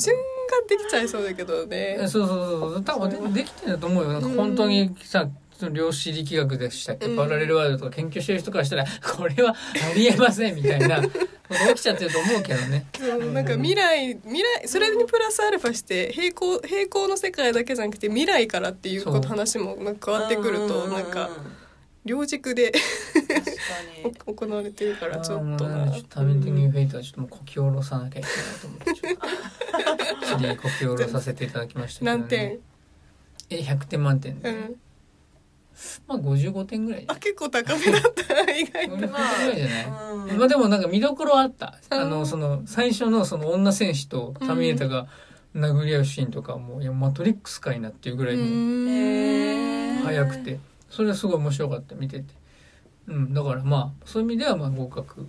きちゃいそうだけどね
えそうそうそうそう多分でできてると思うよなんか本当にさその量子力学でしたっけ、
うん
パラレルワールドとか研究してる人からした *laughs* らこれはありえませんみたいなこと起きちゃってると思うけどね
そうなんか未来未来それにプラスアルファして平行平行の世界だけじゃなくて未来からっていうこ
そ
と
う
話もなんか変わってくると
ううう
なんか両軸で *laughs*
確かに
お行われてるからちょ
あ
っと
ーもう
な
ねちょっとタメンティニューフェイトはちょっともうこき下ろさなきゃいけないと思ってちょっと尻こき下ろさせていただきましたけど、ね、
何点
え100点満点
う
で、
ん
まあ55点
*laughs*
ぐらい
あ結構高めだった意外
55
と
点ぐらいじゃない、
う
*laughs*
ん
まあでもなんか見どころはあった。
うん
あの、その、最初のその女戦士とターミネーターが殴り合うシーンとかも、いや、マトリックスかいなっていうぐらいも
へー
早くて、それはすごい面白かった、見てて。うん、だからまあ、そういう意味ではまあ合格、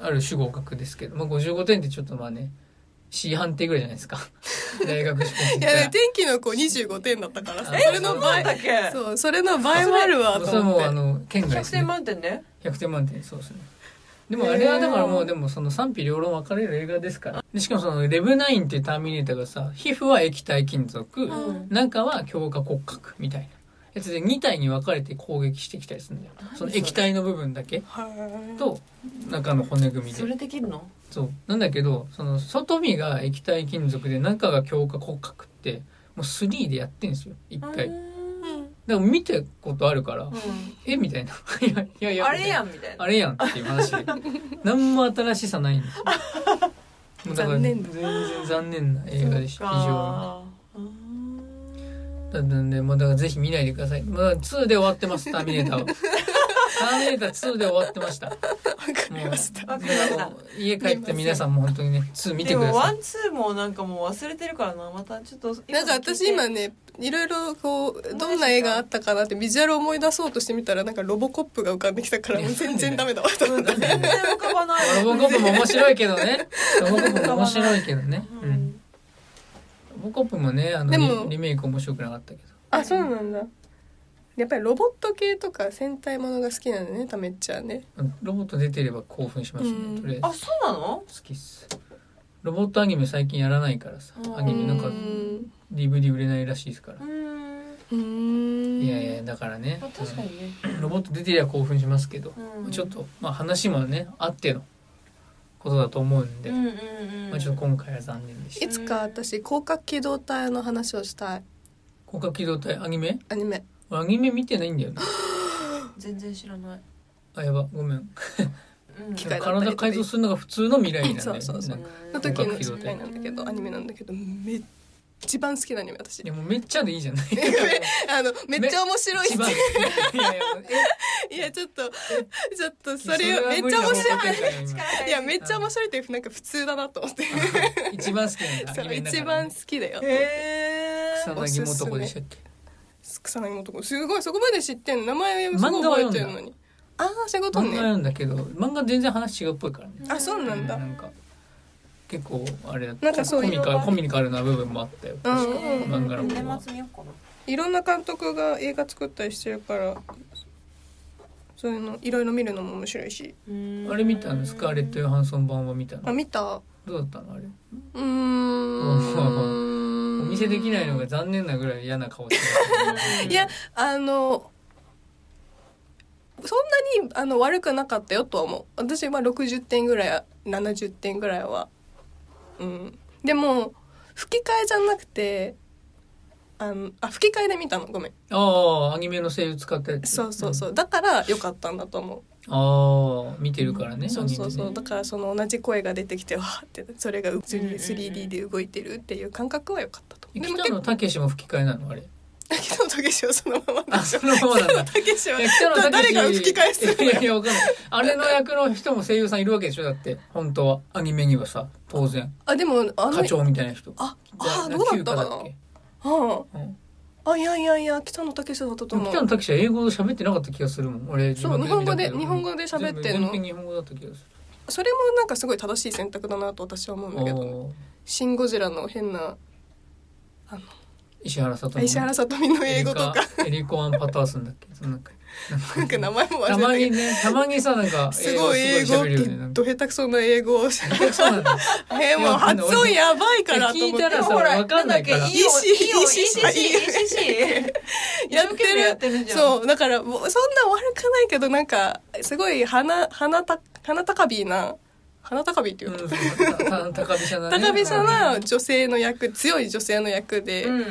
ある種合格ですけど、まあ55点ってちょっとまあね、 C 判定ぐらいじゃない
*laughs*
ですか大学試験
い
で
や
言
で
っ
も
た
天気の子25点だったからさ
え
それ
そ
の
うなん
倍
だっけ
そうそれの倍もあるわ
らそ
と
れはも
思
う
っ
あ
て
の県外で
100
すね
点満点ね
100点満点そうですねでもあれはだからもうでもその賛否両論分かれる映画ですからでしかもそのレブナインっていうターミネーターがさ皮膚は液体金属、
ん
中は強化骨格みたいなやつで2体に分かれて攻撃してきたりするんだよ
何
その
それ
液体の部分だけ
はい
と中の骨組み
そ
で
れできるの
そうなんだけどその外見が液体金属で中が強化骨格ってもう3でやってんですよ1回
う
だか
うんん
ら見たことあるから、
うん
えみたいな *laughs* いやいやいや
あれや
ん
んみたいな
あれやんっていう話
*laughs*
で何も新しさないんですよもうだから
残念
全然残念な映画でし
そ
た
っ
非常に。
かうん
だったんで、もうだからぜひ見ないでください。まあ、2で終わってます、ターミネー
*laughs*
ターは。ターミネーター2で終わってました。も
わかりました
う、
わかりました
もう家帰って皆さんも本当にね、2見て
で
くだ
もワ
さい。
ンツーもなんかもう忘れてるからなまたちょっと
なんか私今ねいろいろこうどんな映画あったかなってビジュアルを思い出そうとしてみたらなんかロボコップが浮かんできたからもう全然ダメだわと思って
なんで
全然浮か
*laughs*
ばない
ロボコップも面白いけど
*laughs*
ね。ロボコップも面白いけどね。
う
うん
ん。
ロボコップもね、あの
でも
リ、リメイク面白くなかったけど。
*laughs* あそうなんだやっぱりロボット系とか戦隊ものが好きなんだねためっちゃんね
ロボット出てれば興奮します
う
ね。
ん
とりあ
あそうなの
えず、好きっす。ロボットアニメ最近やらないからさ
う。ん
アニメなんか
うーん
DVD 売れないらしいですから
う。ん
うーん
いやいや、だからね。
まあ確かにね
ロボット出てりゃ興奮しますけど、
うん
ちょっと、まあ、話もねあってのことだと思うんで、
うんうんうん
まあ、ちょっと今回は残念でし
いつか私広角機動隊の話をしたい
た広角機動隊アニメ
アニメ
俺アニメ見てないんだよね
全然知らない
あやばごめん
うん
機械だったりとか
体改造するのが普通の未来なんだよ、ね、
そうそうそう
なんか
の時の
広角機動
機
隊
械なんだけどアニメなんだけどめ一番好きなアニメ私
いやもうめっちゃでいいじゃない
*laughs* あのめっちゃ面白い
一番いやいや
いやちょっとちょっと
え
それめっちゃ面白い
今
いやめっちゃ面白いってなんか普通だなと思って
一番好きなんだ
そ
アニ
う
メの中で
一番好きだよ
へ
草
ー
薙素子でしたっけ
草薙のとこすごいそこまで知ってんの名前すごい
漫画は
覚
読んだ
えてるのにああそういうこと
漫画
ね
なんだけど漫画全然話違うっぽいからね
あそうなんだ
なんか結構あれだった
なんかそう
コミカコミカルな部分もあったよ
うん
確か
うん
漫画の方は
年末見ようかない
ろんな監督が映画作ったりしてるからそういうのいろいろ見るのも面白いし
あれ見たのスカーレット・ヨハンソン版は見た
あ
の
見たう
どうだったのあれ
ーん
*laughs* お見せできないのが残念なぐらい嫌な顔してる
いやあのそんなにあの悪くなかったよとは思う私は60点ぐらいは70点ぐらいはうんでも吹き替えじゃなくてあのあ吹き替えで見たのごめん *laughs*
ああアニメの声優使ったやつ
そうそうそうだから良かったんだと思
ああ見てるからね
うそうそうそ
ア
う
ニメ
だ
ね
からその同じ声が出てきてわーってそれが普通
うん
に
うんうん
3D で動いてるっていう感覚は良かったと
え
でも
北
結
野武
構
も吹き替えなのあれ
北野武はそのまま
あ
でしょ
そのままなんだ
北野武は
え北野武
誰が吹き返す
いやいやわかんないあれの役の人も声優さんいるわけでしょだって本当はアニメにはさ当然
あでもあの
課長みたいな人
ああ
な
どうだっ
旧家
たか
だ
な
っけ
あ
うん
あいやいやいや北野武だったと
でも
思
北野
う
武は英語で喋ってなかった気がするもん俺
そう
字幕見たけど
日本語で日本語で喋ってんの
全編日本語だった気がす
それもなんかすごい正しい選択だなと私は思うん
る
だけど
おー
「シン・ゴジラ」の変な
石原さとみ
石原さとみの英語とか
エリコアンパターソンだっけそのなんか
なんか名前も
たま
忘れ
に
て
ねたまにさなんか
すごい英語っ
喋るよねな
て
んか
ど下手くそな英語を
そうなんだ
えもう発音やばいからと
聞い
思ったて
らさ
でもほら
わかんないから
なんだっけイオン
EC
イオン
EC あやっ
EC 一生懸命やって
て
る
る
じゃん
そうだからもうそんな悪くないけどなんかすごい鼻鼻た鼻高びな鼻高びっていう
うん
の、
そうたた高飛車だね
高びさな女性の役強い女性の役で、
うん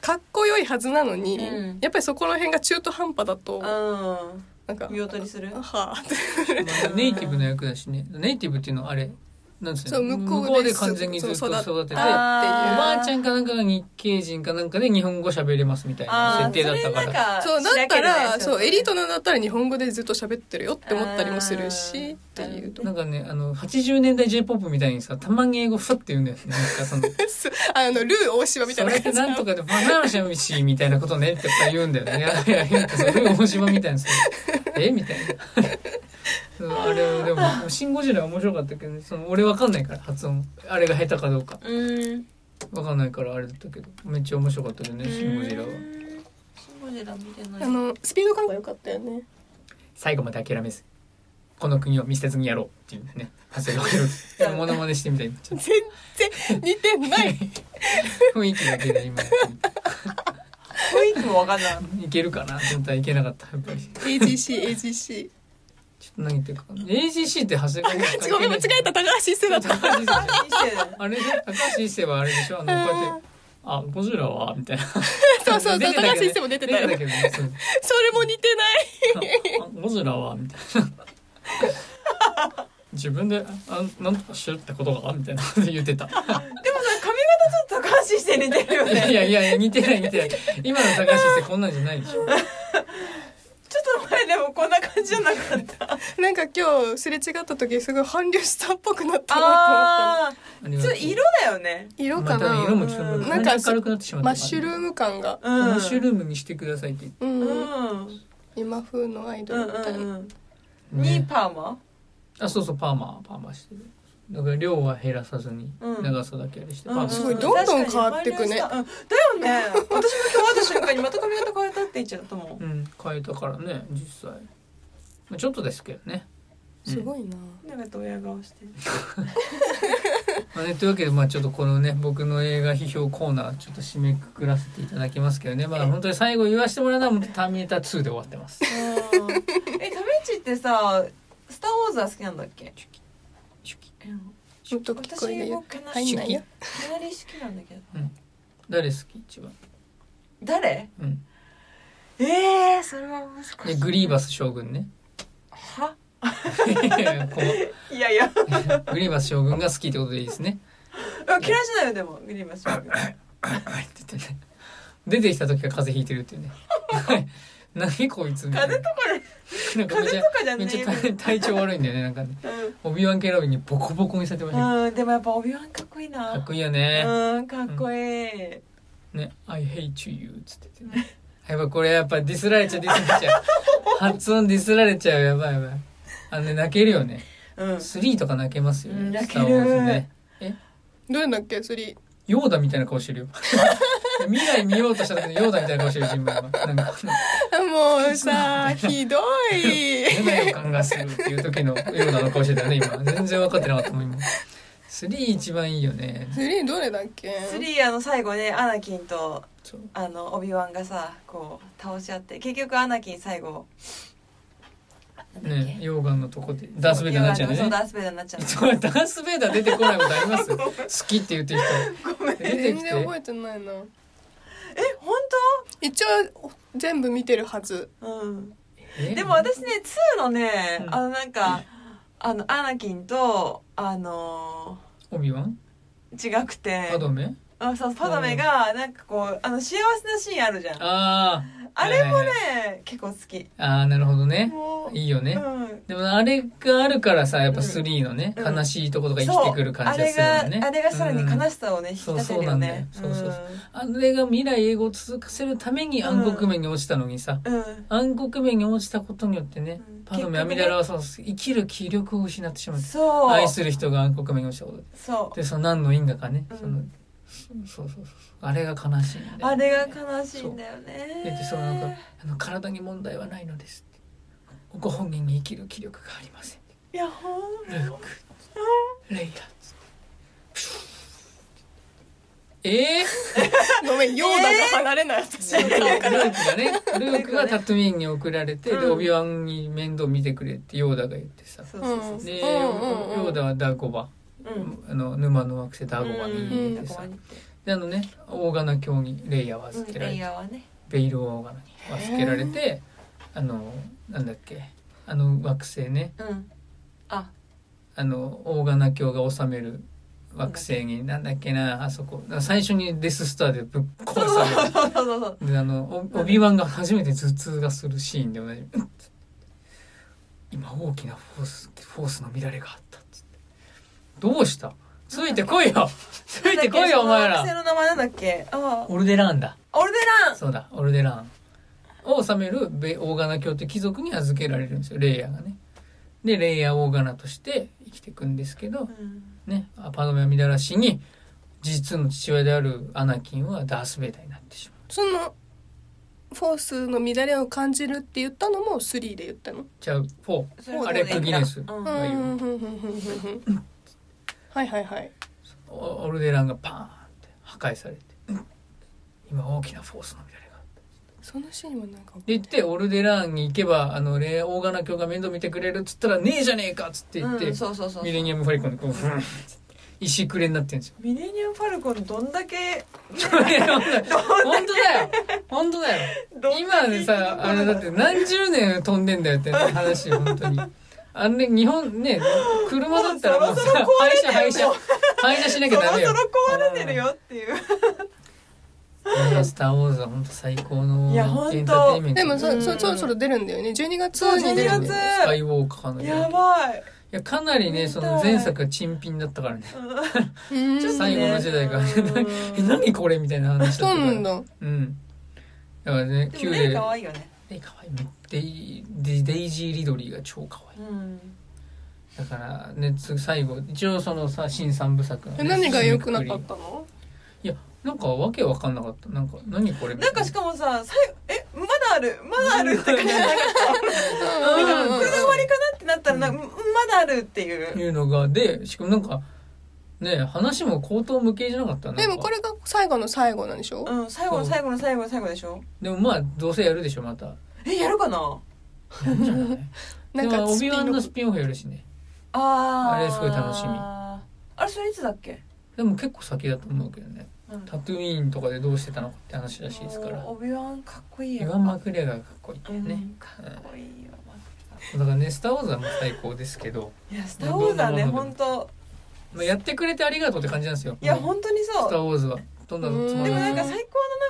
かっこよいはずなのに、
うん
やっぱりそこら辺が中途半端だと、
うん
なんか
見劣りする
はあって
まあネイティブの役だしねネイティブっていうのはあれなんつう
そ
の
う向こうで
で完全にずっと
そう育っ
育てておば
あ
あ
あちゃんかなんかが日系人かなんかで日本語喋れますみたいな設定だったから
ら
そうだったらそうエリートなんだったら日本語でずっと喋ってるよって思ったりもするしっ
あ
て
ー
いうと
なんかね、あの、80年代 J-POP みたいにさ、たまに英語ふわって言うんだよね。なんかその、
あのルー大島みた
それ
いな
って
感じ
なんとかで、バナナシャミシーみたいなことねって言うんだよね。いやいや、なんかそういう大島みたいなさ、えみたいな。うんあれでも「シン・ゴジラ」面白かったけど、ね、その俺わかんないから発音あれが下手かどうか
うん
わかんないからあれだったけどめっちゃ面白かったけどね「シン・ゴジラは
う」んシンゴジラ見てない
あのスピード感が良かったよね
最後まで諦めずこの国を見捨てずにやろうっていうね長谷川
*laughs*
博己
や
モノマネしてみたいになっちゃっ
全然似て *laughs* ない
た *laughs* 雰囲気だけで今
雰囲気もわかんない
いけるかな本当はいけなかったやっぱり
AGCAGC
ちょっと何言ってるか AGC って長谷川博己
ごめん間違えた高橋一生だった
高橋一生
あ
あれでしょ高橋一生はあれでしょあのこうやって「あゴジラは?」みたいな
*laughs* そうそうそう
出てたけど
高橋一生も出てたよ
出けどねそう
それも似てない
あゴジラはみたいな自分であなんとかしろってことがみたいなこと言ってた
でもさ髪型ちょっと高橋して似てるよ
い
ね
やいやいや似てない似てない今の高橋ってこんなんじゃないでしょ
ちょっと前でもこんな感じじゃなかった
なんか今日すれ違った時すごい韓流スターっぽくなったなと思っ
あ
あり
ー
が
ち
と
ょっ
う
と色だよね
た色かな、
まあ色もちょっと
うん
なんか明るくなってしまった
マッシュルーム感が、
う
マ
ん
ッシュルームにしてくださいって
う
うんんうん
今風のアイド
う
ル
ん
みたいな、
うん
言って、
に
ね
パーマ
あそうそうパーマパーマしてるだから量は減らさずに
うん
長さだけあれして、
うん
パー
う
マ
ん
すごいどんどん変わってくね
確かにうんだよね私も今日会った瞬間にまた髪型変えたって言っちゃったもん
うん変えたからね実際まあちょっとですけどね
すごいな、
なんかドヤ顔して
まあね、というわけで、まあ、ちょっとこのね僕の映画批評コーナーちょっと締めくくらせていただきますけどねまあ本当に最後言わせてもらうのはもうターミネーター2」で終わってます
うんえタメチってさ「スター・ウォーズ」は好きなんだっけうん
ちょっと聞こえる
私も
よ
かな
入
り
んないよ
かなり好きなんだけど
誰好き一番
誰
うん
ええそれは難し
でグリーバス将軍ね *laughs*
はいいやいや嫌い
やこうグリーバス将軍が好きってことでいいですね *laughs*
じゃないよでもグリーンマス
はいって言ってね出てきた時が風邪ひいてるっていうね *laughs* 何こいつみたい
風
な
とかね
なんかめっ
風
ちゃ
とかじゃ
め
ね
っちゃ
え
体体調悪いんだよねなんかね
よ
オビワン・ケラビンにボコボコにされてましたけど
うん、うん、でもやっぱオビワンかっこいいな
かっこいいよね、
うんかっこいい、
ね「I hate you」っつっててねやっぱこれやっぱディスられちゃうディスられちゃう発音ディスられちゃうやばいやばいあのね泣けるよね
うん、
3とか泣けますよ
うん
ね
泣
ス
け
タ
る
ー・ウォーズね
どうやんだっけ釣り
ヨーダみたいな顔してるよ未来見ようとした時にヨーダみたいな顔してる自分はなんか
もうさ *laughs* ひどい *laughs*
嫌な予感がするっていう時のヨーダの顔してたね今全然分かってなかったもん今3一番いいよね
釣りどれだっけ
スリーあの最後ねアナキンと
そう
あのオビワンがさこう倒し合って結局アナキン最後なんだっ
ね
け
溶岩のとこでダース・ベイダーになっちゃう
そう
ね
ダースベイダーになっちゃう
そう *laughs* ダース・ベイダー出てこないことあります好きって言ってる人出て
全
きて
然覚えてないな
え本
一応全部見てるはず
当うん
え
でも私ね2のね、
うん
あのなんかあのアナキンとあの
オビワン
ー違くて
パドメ
あそうパドメがなんかこうあの幸せなシーンあるじゃんあ
あ
れも
はい
ね、結構好き
あああなるほどね
もう
いいよね
うん
でもあれがあるからさやっぱ3のね、
うん
悲しいところが生き
そ
て
う
くる感
あ
じが
れ
する
が
よね
あれがさらに
うん
悲しさをね、引き立てるよね
そうそうなんだよあれが未来永劫続かせるために暗黒面に落ちたのにさ、
うんうん
暗黒面に落ちたことによってね、
うん
パドメ
結
ア
局ね
ミダラはそう生きる気力を失ってしまう
そう
愛する人が暗黒面に落ちたことで
そう
でその何の因果かね、
うん
そのそうそうそうそうあれが悲しいんだよね
あれが悲しいんだよね
でそうなんかあの体に問題はないのですってご本人に生きる気力がありません
いやほん
ルークレイヤええ
ごめんヨーダが離れない私の
ー、ル
顔
ー
か
ク
ら
が
*laughs*
ねルークがタトゥーインに送られて、で
うん
オビワンに面倒見てくれってヨーダが言ってさ
そうそうそう
うん
そう
で、
うんうんうん
ヨーダはダーゴバ、
うん
あの沼の惑星ダーゴバに
うん
行ってさ、であのね大金教にレイヤーを預けら
レ
れ
イ
て、
ヤーはね
ベイルオーガナに預けられてあのなんだっけあの惑星ね
うんあ
あの大金教が治める惑星になんだっけなあそこ最初にデススターでぶっ
そう
壊
そう
され
そうそうそう
るであのおオビワンが初めて頭痛がするシーンで同じみうん今大きなフォースフォースの乱れがあったっつってどうしたついてこいよついてこいよお前
学
ら
生の名前なんだっけあ
オルデランだ
あオルデラン
そうだ、オルデランを治めるベオーガナ教って貴族に預けられるんですよ、レイヤーがね。でレイヤーオーガナとして生きていくんですけど、
うん
ね、アパドメを見たらしに実の父親であるアナキンはダース・ベイダーになってしまう
そのフォースの乱れを感じるって言ったのも3で言ったの
じゃあ4
それは
アレッ
そ
ク・
うでい
ギ
いな
ネス
う
が
ん
言う、
はいはいはい
オオルデランがパーンって破壊されて今大きなフォースの乱れが
そのシーンはなんか
で言ってオルデランに行けばあのレイヤーオーガナ教が面倒見てくれるっつったらねえじゃねえかっつって言って、
うんそうそうそうそう
ミレニアム・ファリコンでこうふん石くれになってるんですよ
ミレニアムファルコンどんだけ
*laughs* 本当だよ本当だよ
どん
今
だけ
でさあれだって何十年飛んでんだよって話本当にあれ日本ね車だったらもう
そろそ
さ
ろ壊れてるよ
廃車廃車廃車しなきゃダメよ
そろそろ壊れてるよっていう
いやスター・ウォーズは本当最高の
いや本当
エンターテインメント
でも
う
そ
ん
そそろそろ出るんだよね12月
そう
に出るんだよ
12月
スカイウォーカーの
やばい
いやかなりねその前作が珍品だったからね
うん
ちょっと
最後の時代が
うん
「え *laughs* 何これ?」みたいな話だ
そ
っ
う
たから
なんだ
うんだからね
で
キュ
も
ー
レイ
レ
可愛いよね
レイ可愛いデイデイデイジー・リドリーが超可愛い
うん
だからねつ最後一応そのさ新三部作のね
え何が良くなかったの
なんかわけわかんなかったなんか何これみた
ないんかしかもさ最後えまだあるまだあるって感じじゃなかった
うんうん
これで終わりかなってなったらなんかまだあるっていう
いうのがでしかもなんかね話も口頭無形じゃなかったなんか
でもこれが最後の最後なんでしょ
うん最後の最後の最後の最後でしょ
でもまあどうせやるでしょまた
えやるかな
やるんじゃない
なん
で
か
もオビワンの
の
スピンオフやるしね
あー
あれすごい楽しみ
あれそれいつだっけ
でも結構先だと思うけどね
うん
タトゥーインとかでどうしてたのかって話らしいですから
もうオビワンかっこいい
イ
よ
ワン・マクレガーがかっこいいんだよ
う
ね
ん、かっこいいよ
だからね「スター・ウォーズ」はもう最高ですけど、
いやスター・ウォーズはね
どんなもので
本当
まあ、やってくれてありがとうって感じなんですよ
いや本当に
スター・
そ
ウォーズはどんなのつま
うで
らな
もないんか最高の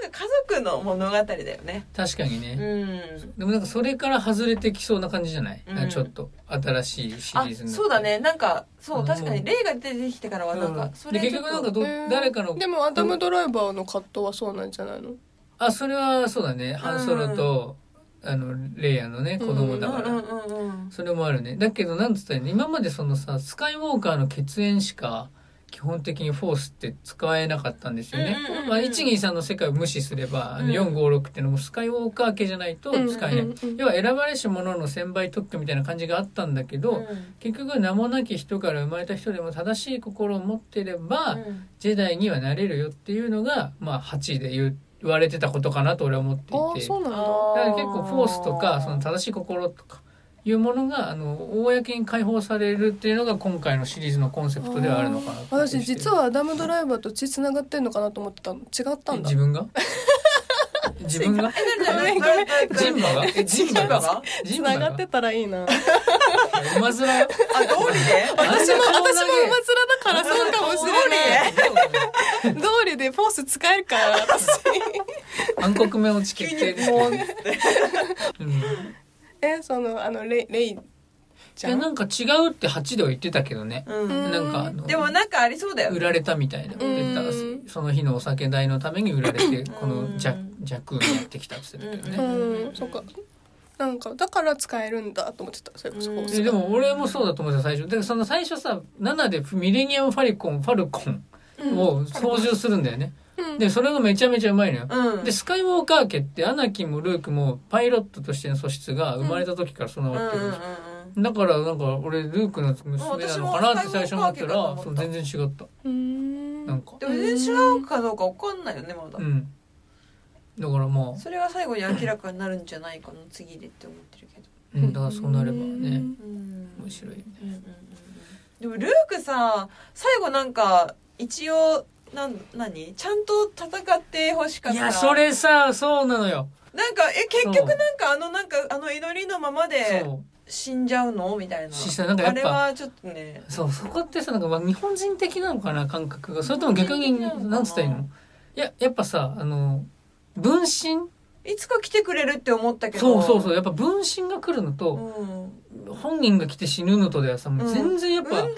なんか家族の物語だよね
確かに
う
ね、
ん
でもなんかそれから外れてきそうな感じじゃない、
うん
なんかちょっと新しいシリ
あ
ーズになって
そうだねなんかそううん確かにレイが出てきてからはなんかそ
で
れ
結
ちょっ
局なんか
と
どう
うん
誰かの
でもアダム・ドライバーの葛藤はそうなんじゃないの
あそれはそうだねハンソロと、あのレイヤーのね子供だから、
うんうんうんうん
それもあるねだけどなんつったらいいの今までそのさスカイウォーカーの血縁しか基本的にフォースって使えなかったんですよね
うんうんうんうん
まあ123の世界を無視すればあの
うん
456っていうのもスカイウォーカー系じゃないと使えない、
うんうんうん
要は選ばれし者の専売特許みたいな感じがあったんだけど、
うん
結局名もなき人から生まれた人でも正しい心を持ってれば、
うん
ジェダイにはなれるよっていうのが、まあ、8で言う言われてたことかなと俺は思って
ああ
いて
そうなんだ
だから結構フォースとかその正しい心とかいうものがあの公に解放されるっていうのが今回のシリーズのコンセプトではあるのかな
あー私実はアダム・ドライバーと血つながってんのかなと思ってたの違ったんだ
自分
*laughs*
が自分が
ごめんご
ジンバがえジンバが
が
ジ
つ
ンバ
ながってたらいいな *laughs* 私
馬面よ
あ道理で
私も
も馬面だからそうかもしれない道理でフォース使えるから私
暗黒面落ち決定ですね、うん
えそのあのレイレイち
い
ゃ
や
ん
なんか違うって8では言ってたけどね、
うん
うん
なんかあの
でもなんかありそうだよ
売
ね
られたみたいな、
ん
だからその日のお酒代のために売られてこ
うん
のジャジャクーにやってきたって言ってたけど
う
ね、
んそっかなんかだから使えるんだと思ってたそれこそフォー
で
ス
でも俺もそうだと思ってた最初だからその最初さ7でミレニアム・ファリコンファルコンを操縦するんだよね、
うん
でそれがめちゃめちゃうまいのよ、
うん
でスカイウォーカー家ってアナキンもルークもパイロットとしての素質が生まれた時から備
うん
わって
う
るん
ん
で
う
す
ん
よ、だからなんか俺ルークの娘なのかなって最初思ったら
私もスカイウォーカー家だと思った
そう全然違った
うん
なんか
でも全然違うかどうかわかんないよねまだ
うんだからまあ、
それが最後に明らかになるんじゃないかな次でって思ってるけど
うん、だからそうなればね
うん
面白いよね
うんうんうんうんでもルークさ最後なんか一応なん何ちゃんと戦ってほしかっ
い
た
やそれさそうなのよ、
なんかえ結局なんかあのなんかあの祈りのままで
そ
死んじゃうのみたいな
しさなんかやっ
あれ
ぱ
はちょっとね
うそうそこってさなんかまあ日本人的なのかな感覚がそれとも逆に
日本人的なのかな
なんつったらいいのいややっぱさあの分身
いつか来てくれるって思ったけど
そうそうそう
う、
やっぱ分身が来るのと、
うん、
本人が来て死ぬのとではさもう全然やっ
運
ぱ、
転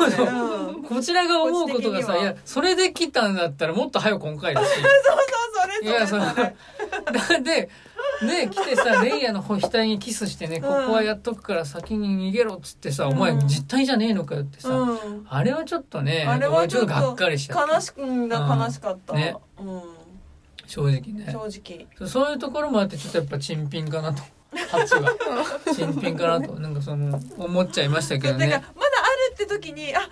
の差だよねうん
こちらが思うことが
こっ
さ
ち的にはい
やそれで来たんだったらもっと早く今回だし
そうそうそれ
いやそ
それ
の
*laughs* それ
なんでね来てさレイヤのほ額にキスしてね「ここはやっとくから先に逃げろ」っつってさ「お前
うん
実体じゃねえのかよ」ってさ、
うん
あれはちょっとね
あれは
俺ちょっと
ちょっと
がっかりしちゃった
悲しくんだ
うん
悲しかった、
ね
うん、
正直ね
正直
そうそういうところもあってちょっとやっぱ珍品かなと初
*laughs*
は珍品かなとなんかその思っちゃいましたけ
だ
ど
からま
ね
だあるって時にあついこ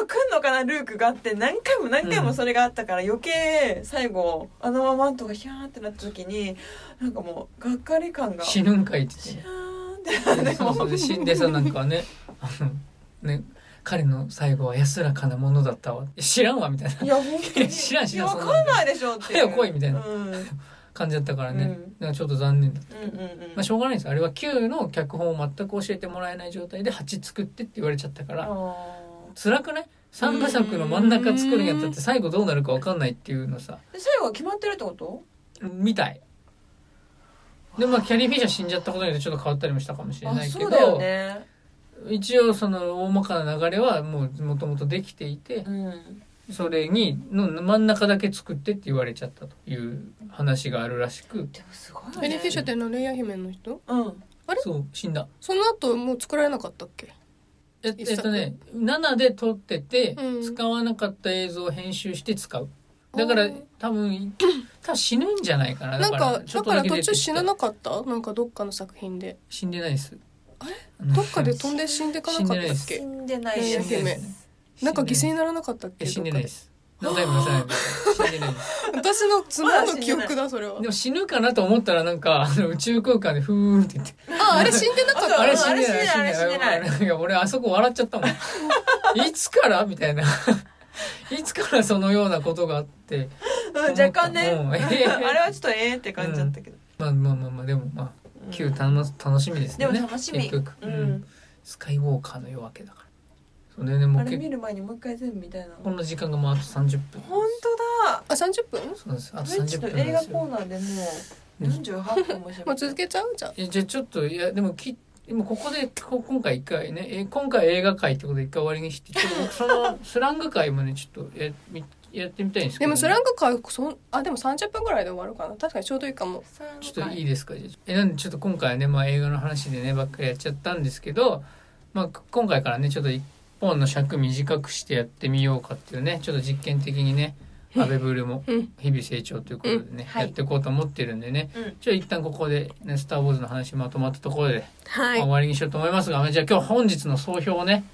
そ来んのかなルークがあって何回も何回もそれがあったから、余計最後あのままとかヒャーってなった時になんかもうがっかり感が
死ぬんかいって
シャ
ね
ーンってなって
そう
も
そう
う
で死んでさなんかねあのね彼の最後は安らかなものだったわ知らんわみたいない
や本当に
知らん知らん
いや
そん
わ
なの
かんないでしょって
早く来いみたいな
うん、うんうん
感じだったからね、
うん
なんかちょっと残念だった、
うん
まあ、しょうがないんですよあれは9の脚本を全く教えてもらえない状態で8作ってって言われちゃったから、
あー
辛くない三部作の真ん中作るんやったって最後どうなるか分かんないっていうのさ
で最後は決まってるってこと
みたいでまあキャリー・フィッシャー死んじゃったことによってちょっと変わったりもしたかもしれ
あ
ないけ
そ
ど、
うだよね
一応その大まかな流れはもうもともとできていて
うん
それにの真ん中だけ作ってって言われちゃったという話があるらしく
でもすごいよ
エリ
ね
フィッシャーってのレイヤ姫の人
うん
あれ
そう死んだ
その後もう作られなかったっけ
えっ
一
え
作
っとね7で撮ってて、
うん
使わなかった映像を編集して使うだから
うん
多
*laughs*
分多分死ぬんじゃないかな
なんかだから途中死な
の
なかったなんかどっかの作品で
死んでないです
あれ
あの
どっか
*laughs*
で飛んで死んでかなかったっ
死
け
んでない
レイ
で
ヤ
す
姫なんか犠牲にならなかったっけ
え死んで
ど
な
っ
い
か
です何回も出さ
*laughs*
ないで死んでないです
私の妻の記憶だそれは
でも死ぬかなと思ったらなんかあの宇宙空間でふーんって言って
ああれ死んでなかっ
あと
た
あれ
うん
死んでない
あれ死んでない
死んでない俺あそこ笑っちゃった
*laughs*
もんいつからみたいないつからそのようなことがあって
うん若干ね、
うん
*laughs* あれはちょっとええって感じだったけど、
まあまあまあまあでもまあ
うん
旧楽楽しみです
で
ね
も楽しみ、
結局、
う
うん
ん、
スカイウォーカーの夜明けだからそれでねも
あ
う
れ
結
見る前にもう一回全部見たいな
この時間がもうあと30分
本当
あ三十分
そうなんですあ
だ
と
トイッチ
30
と
分
映
で
画
す
コー
よ
ナーでもう48分もしゃ
も
べ
う続けちゃうじゃん
えじゃあちょっといやでもき今ここでこ今回一回ねえ今回映画界ってことで一回終わりにしてちょっとその *laughs* スラング界もねちょっとやみやってみたいんですけ
で
ど、
も
ね、
スラング会そんあでも三十分ぐらいで終わるかな確かにちょうどいいかも
ちょっといいですかじゃあえなんでちょっと今回はね、まあ、映画の話でねばっかりやっちゃったんですけど、まあ、く今回からねちょっと一本の尺短くしてやってみようかっていうねちょっと実験的にねアベブルも
うん
日々成長ということでね、
はい
やっていこうと思ってるんでね、
うん
じゃあ一旦ここで、ね「スター・ウォーズ」の話まとまったところで
は
まあ終わりにしようと思いますが、じゃあ今日本日の総評をね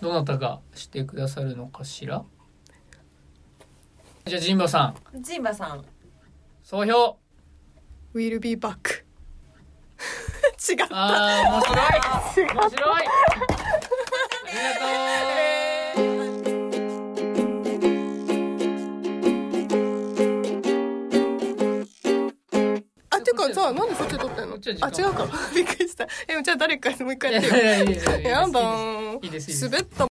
どなたがしてくださるのかしらじゃあジンバさん
ジンバさん
総評
We'll be back *laughs* 違う
ああ面白い面白いありがとう
あてかさなんでそっちで撮ってんの
こっちは時間
あ違 *laughs* うかびっくりしたえじゃあ誰かもう一回やってよ
いやいやいやいや
えアンバーン
いいですいいです
滑った